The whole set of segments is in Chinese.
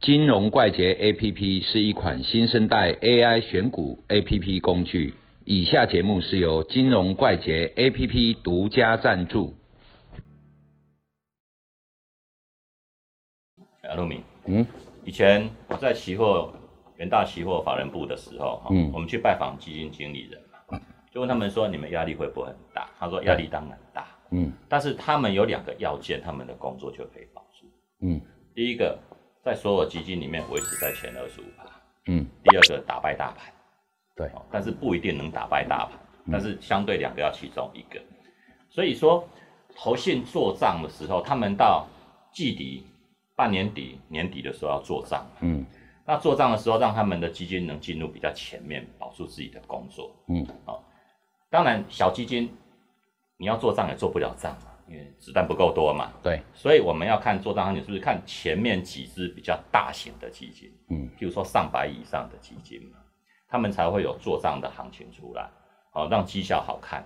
金融怪杰 APP 是一款新生代 AI 选股 APP 工具。以下节目是由金融怪杰 APP 独家赞助。啊，陆明，嗯以前我在期货元大期货法人部的时候，哈、嗯我们去拜访基金经理人嘛，就问他们说，你们压力会不会很大？他说压力当然大，嗯但是他们有两个要件，他们的工作就可以保住。嗯第一个，在所有基金里面维持在前二十五趴；嗯，第二个，打败大盘。对嗯哦但是不一定能打败大盘，但是相对两个要其中一个。所以说，投信做账的时候，他们到季底、半年底、年底的时候要做账。嗯那做账的时候，让他们的基金能进入比较前面，保住自己的工作。哦嗯，当然，小基金你要做账也做不了账嘛，因为子弹不够多嘛。对，所以我们要看做账行情是不是看前面几只比较大型的基金，嗯，譬如说上百以上的基金嘛，他们才会有做账的行情出来，哦，让绩效好看。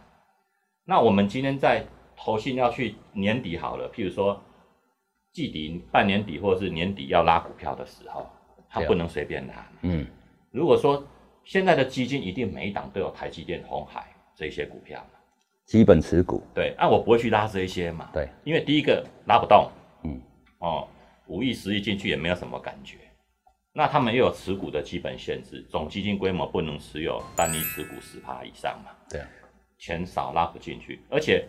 那我们今天在投信要去年底好了，譬如说季底、半年底或者是年底要拉股票的时候，它对啊不能随便拉嘛。嗯如果说现在的基金一定每一档都有台积电、红海这些股票嘛，基本持股，对，那、我不会去拉这一些嘛，对，因为第一个拉不动，嗯，哦，五亿、十亿进去也没有什么感觉。那他们又有持股的基本限制，总基金规模不能持有单一持股十趴以上嘛，对啊，钱少拉不进去，而且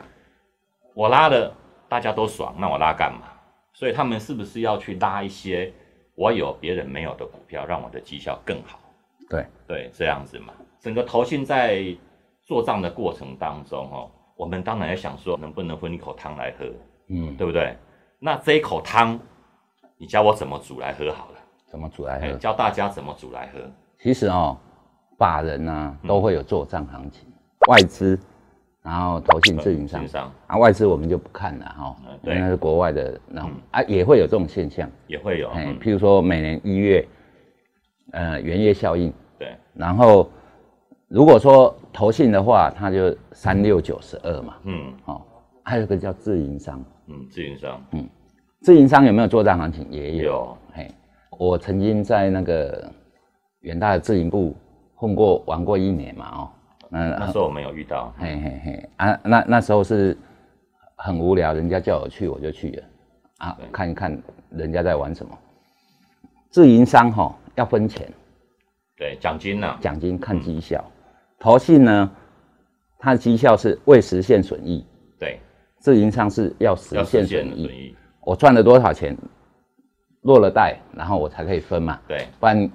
我拉了大家都爽，那我拉干嘛？所以他们是不是要去拉一些我有别人没有的股票，让我的绩效更好？对，对，这样子嘛。整个投信在做账的过程当中，哦，我们当然也想说，能不能分一口汤来喝，嗯，对不对？那这一口汤，你教我怎么煮来喝好了，怎么煮来哎，喝？教大家怎么煮来喝。其实哦，法人啊都会有做账行情，外资，然后投信自营商智，商啊，外资我们就不看了哈、嗯因对为那是国外的那种、啊，也会有这种现象，也会有，哎、嗯，譬如说每年一月，呃，元月效应，对，然后如果说投信的话，它就三六九十二嘛，嗯哦，还有一个叫自营商，嗯，自营商自营商有没有做账行情？也有，有，嘿，我曾经在那个远大的自营部混过玩过一年嘛，哦，那那时候我们有遇到，嘿嘿嘿啊，那那时候是很无聊，人家叫我去我就去了啊对，看一看人家在玩什么。自营商哈要分钱，对，奖金呐，奖金看绩效。投信呢，它的绩效是未实现损益，对，自营商是要实要现实现损的益损。益，我赚了多少钱，落了袋，然后我才可以分嘛，对，不然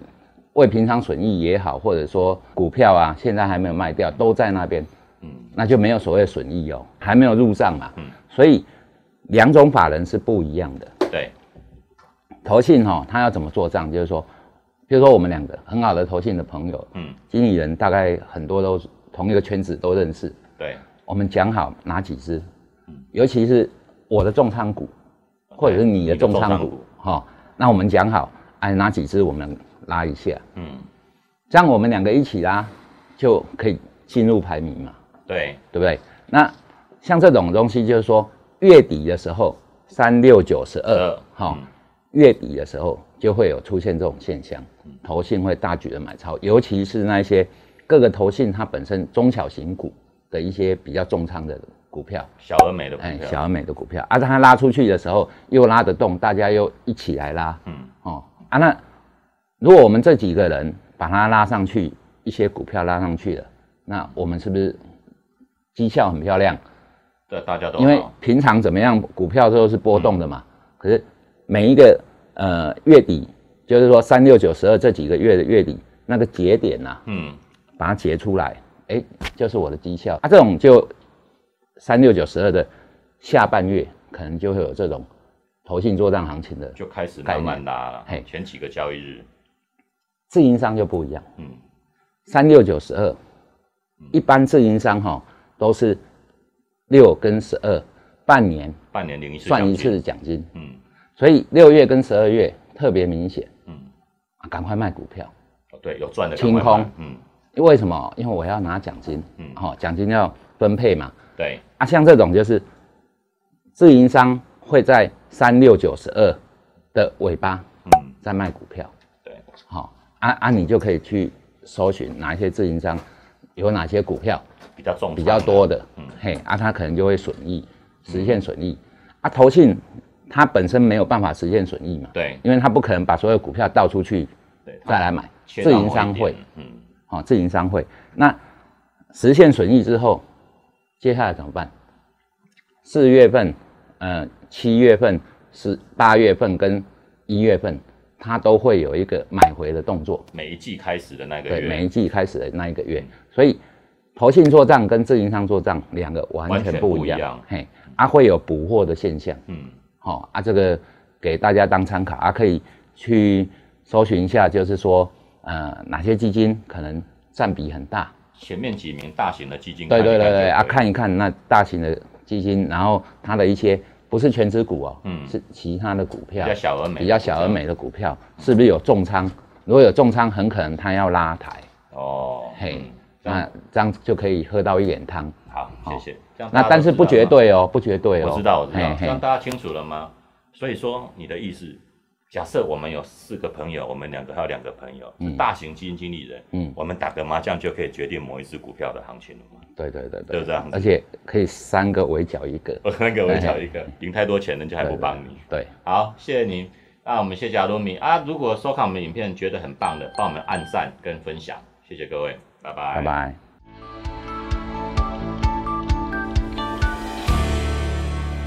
未平仓损益也好，或者说股票啊现在还没有卖掉，都在那边。嗯那就没有所谓损益哦，还没有入账嘛。嗯所以两种法人是不一样的。对，投信哈、哦，他要怎么做账？就是说，比如说我们两个很好的投信的朋友，嗯经理人大概很多都是同一个圈子都认识，对，我们讲好哪几只，尤其是我的重仓股，或者是你的重仓股，哈、那我们讲好，哎，哪几只我们拉一下，嗯，这样我们两个一起拉，就可以进入排名嘛。对，对不对？那像这种东西，就是说月底的时候，三六九十二12，哈嗯，月底的时候就会有出现这种现象，嗯投信会大举的买超，尤其是那一些各个投信它本身中小型股的一些比较重仓的股票，小而美的股哎，票，小而美的股票，啊，它拉出去的时候又拉得动，大家又一起来拉，嗯哦啊，那如果我们这几个人把它拉上去，一些股票拉上去了，那我们是不是绩效很漂亮？这大家都因为好，平常怎么样，股票都是波动的嘛。可是每一个呃月底，就是说三六九十二这几个月的月底那个节点呐、嗯，把它截出来，哎，就是我的绩效。啊，这种就三六九十二的下半月可能就会有这种投信做账行情的，就开始慢慢拉嘿了，前几个交易日，自营商就不一样。嗯，三六九十二，一般自营商哈、都是六跟十二半年半年领一次算一奖金次，奖金，嗯所以六月跟十二月特别明显嗯，啊，赶快卖股票，哦对，有赚的清赶快买空，嗯，因为什么？因为我要拿奖金，嗯哦，奖金要分配嘛，对，啊，像这种就是自营商会在三六九十二的尾巴嗯在卖股票，对，好、啊啊，你就可以去搜寻哪一些自营商有哪些股票比较重比较多的，的，嗯嘿，啊，它可能就会损益，实现损益。啊，投信它本身没有办法实现损益嘛，对因为它不可能把所有股票倒出去对，它再来买，切自到营某一商会点，嗯，哦，自营商会。那实现损益之后，接下来怎么办？四月份、呃七月份、十八月份跟一月份，它都会有一个买回的动作。每一季开始的那个对，月，每一季开始的那一个月，所以投信做账跟自营商做账两个完完全全不不一一样。样嘿，啊会有补货的现象。嗯，好、啊，这个给大家当参考啊，可以去搜寻一下，就是说呃哪些基金可能占比很大。前面几名大型的基金，对对对对对啊，，看一看那大型的基金，然后它的一些不是全指股哦，嗯是其他的股比票较，小而嗯美，比较小而，美的股票，是不是有重仓？如果有重仓，很可能它要拉抬，哦，嘿嗯，那这样就可以喝到一脸汤。好，谢好谢。这样大那家但都是知不道绝吗，对哦，不绝对哦。我知道，我知嘿道，嘿这样大家清楚了吗？所以说你的意思，假设我们有四个朋友，我们两个还有两个朋友是大型基金经理人，嗯我们打个麻将就可以决定某一只股票的行情了吗？ 对对对就对，这样子而，且可以三个围剿一个。我那个我找一个，赢太多钱人家还不帮你。对，好，谢谢您。那我们谢谢阿多米啊，如果收看我们影片觉得很棒的，帮我们按赞跟分享，谢谢各位，拜拜，拜拜。